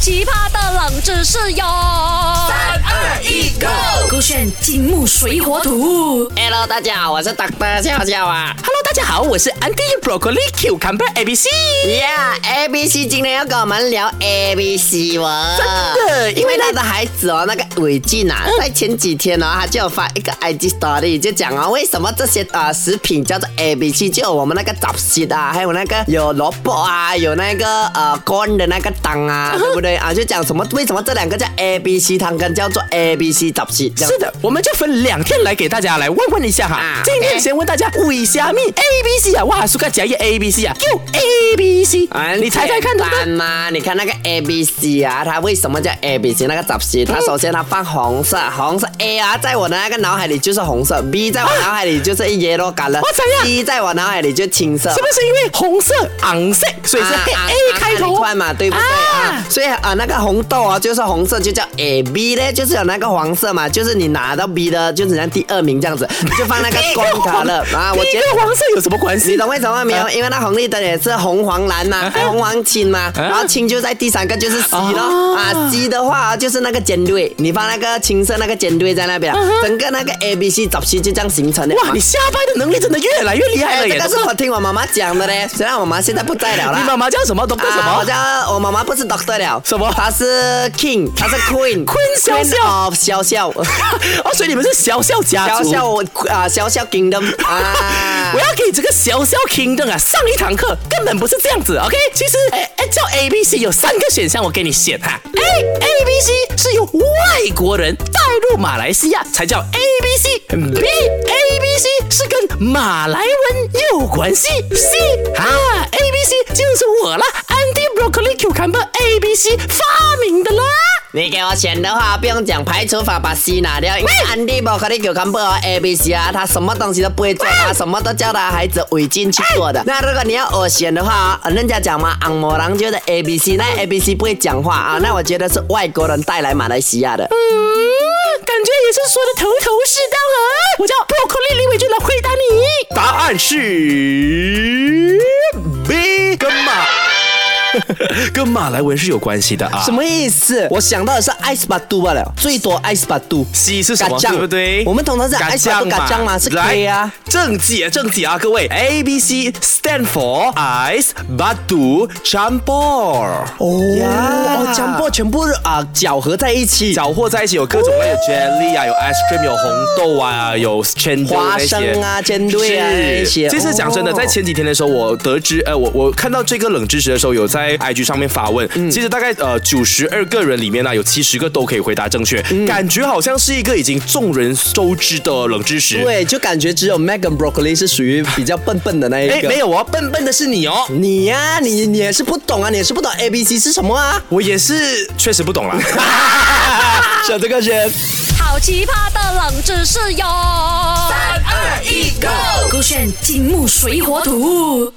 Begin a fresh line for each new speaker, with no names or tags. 奇葩的冷知识哟！三
二一，Go！
勾选金木水火土。
Hello，大家好，我是 Doctor 笑笑啊。
Hello，大家好，我是 Andy Broccoli Cucumber ABC。
Yeah，A B C 今天要跟我们聊 A B C 哦。
真的因为嗯
因为他的孩子哦，那个伟俊啊，在前几天哦，他就有发一个 IG story，就讲哦，为什么这些啊、呃食品叫做 A B C，就有我们那个早西啊，还有那个有萝卜啊，有那个呃干的那个汤啊，对不对啊？就讲什么为什么这两个叫 A B C 汤跟叫做 A B C 早西？这样
是的，我们就分两天来给大家来问问一下哈。
啊
今天
OK
先问大家尾虾米 A B C 啊，哇，苏克讲一 A B C 啊，又 A B C，
很
你猜猜看对不
哎简单
对？
嘛？你看那个 A B C 啊，它为什么叫 A B C？那个早期，它首先它放红色，红色 A 啊，在我的那个脑海里就是红色，B 在我脑海里就是 yellow color，
哇怎样
？C 在我脑海里就青色。
是不是因为红色昂色，所以是
啊啊
A
啊
开
你
头哦
看嘛，对不对啊？所以啊，那个红豆啊，就是红色就叫 A B 呢，就是有那个黄色嘛，就是你拿到 B 的，就是像第二名这样子，你就 放那个光卡了啊。我觉得
跟黄色有什么关系？
你懂为什么没有？
啊
因为那红绿灯也是红黄蓝嘛，还红黄青嘛，然后青就在第三个就是 C 咯。啊，C 的话啊就是那个尖锐，你放那个青色那个尖锐在那边，啊整个那个 A B C 早期就这样形成的嘛。
啊哇，你下掰的能力真的越来越厉害
哎，
了
这
耶！
个是我听我妈妈讲的嘞，虽然我妈现在不在了啦。
你妈妈叫什么？懂得什
啊我
么？
叫我妈妈不是 Doctor 了，
什么
她是 King，她是 Queen，Queen
Queen 小小
小 小
哦，所以你们是小小家
小
族。
小我啊小小 Kingdom 啊
我。要给这个小小 kingdom 啊上一堂课，根本不是这样子，OK？其实，哎哎，叫 A B C 有三个选项，我给你选哈。A A B C 是由外国人带入马来西亚才叫 A B C，B A B C 是跟马来文有关系，C 啊 A B C 就是我啦，Andy Broccoli Cucumber A B C 发明的啦。
你给我选的话，不用讲排除法，把 C 拿掉，因为 Andy 伯克利九康布和 A B C 啊，他什么东西都不会做，他什么都叫他孩子违禁去做的。那如果你要我选的话，人家讲嘛，昂摩郎就是 A B C，那 A B C 不会讲话啊，那我觉得是外国人带来马来西亚的。
嗯，感觉也是说的头头是道啊。我叫 Broccoli 李伟俊来回答你。答案是 B，跟 马跟马来文是有关系的啊。
什么意思？我想到的是 ice 巴杜罢了，最多 ice 巴杜。
C 是什么？
嘎酱
对不对？
我们通常是 ice 巴杜嘎酱嘛，是 K 啊。。
来正解正解啊，各位，A B C stand for ice batu campur。
哦
呀
哦，强迫全部啊搅和在一起。
搅和在一起有各种类的 jelly 啊，有 ice cream，有红豆啊，有 chendol
花
那些
生啊，chendol 啊
是
那些
其实讲真的，
哦
在前几天的时候，我得知，呃，我我看到这个冷知识的时候，有
嗯
在 IG 上面发问，其实大概呃九十二个人里面啊呢、有七十个都可以回答正确，
嗯
感觉好像是一个已经众人周知的冷知识。
对，就感觉只有 Megan Broccoli 是属于比较笨笨的那一
哎，
个。
没有哦，笨笨的是你哦。
你呀、你你也是不懂啊，你也是不懂 A B C 是什么啊？
我也是，确实不懂啦。
小这个人。
好奇葩的冷知识哟！三二一，Go！勾选金木水火土。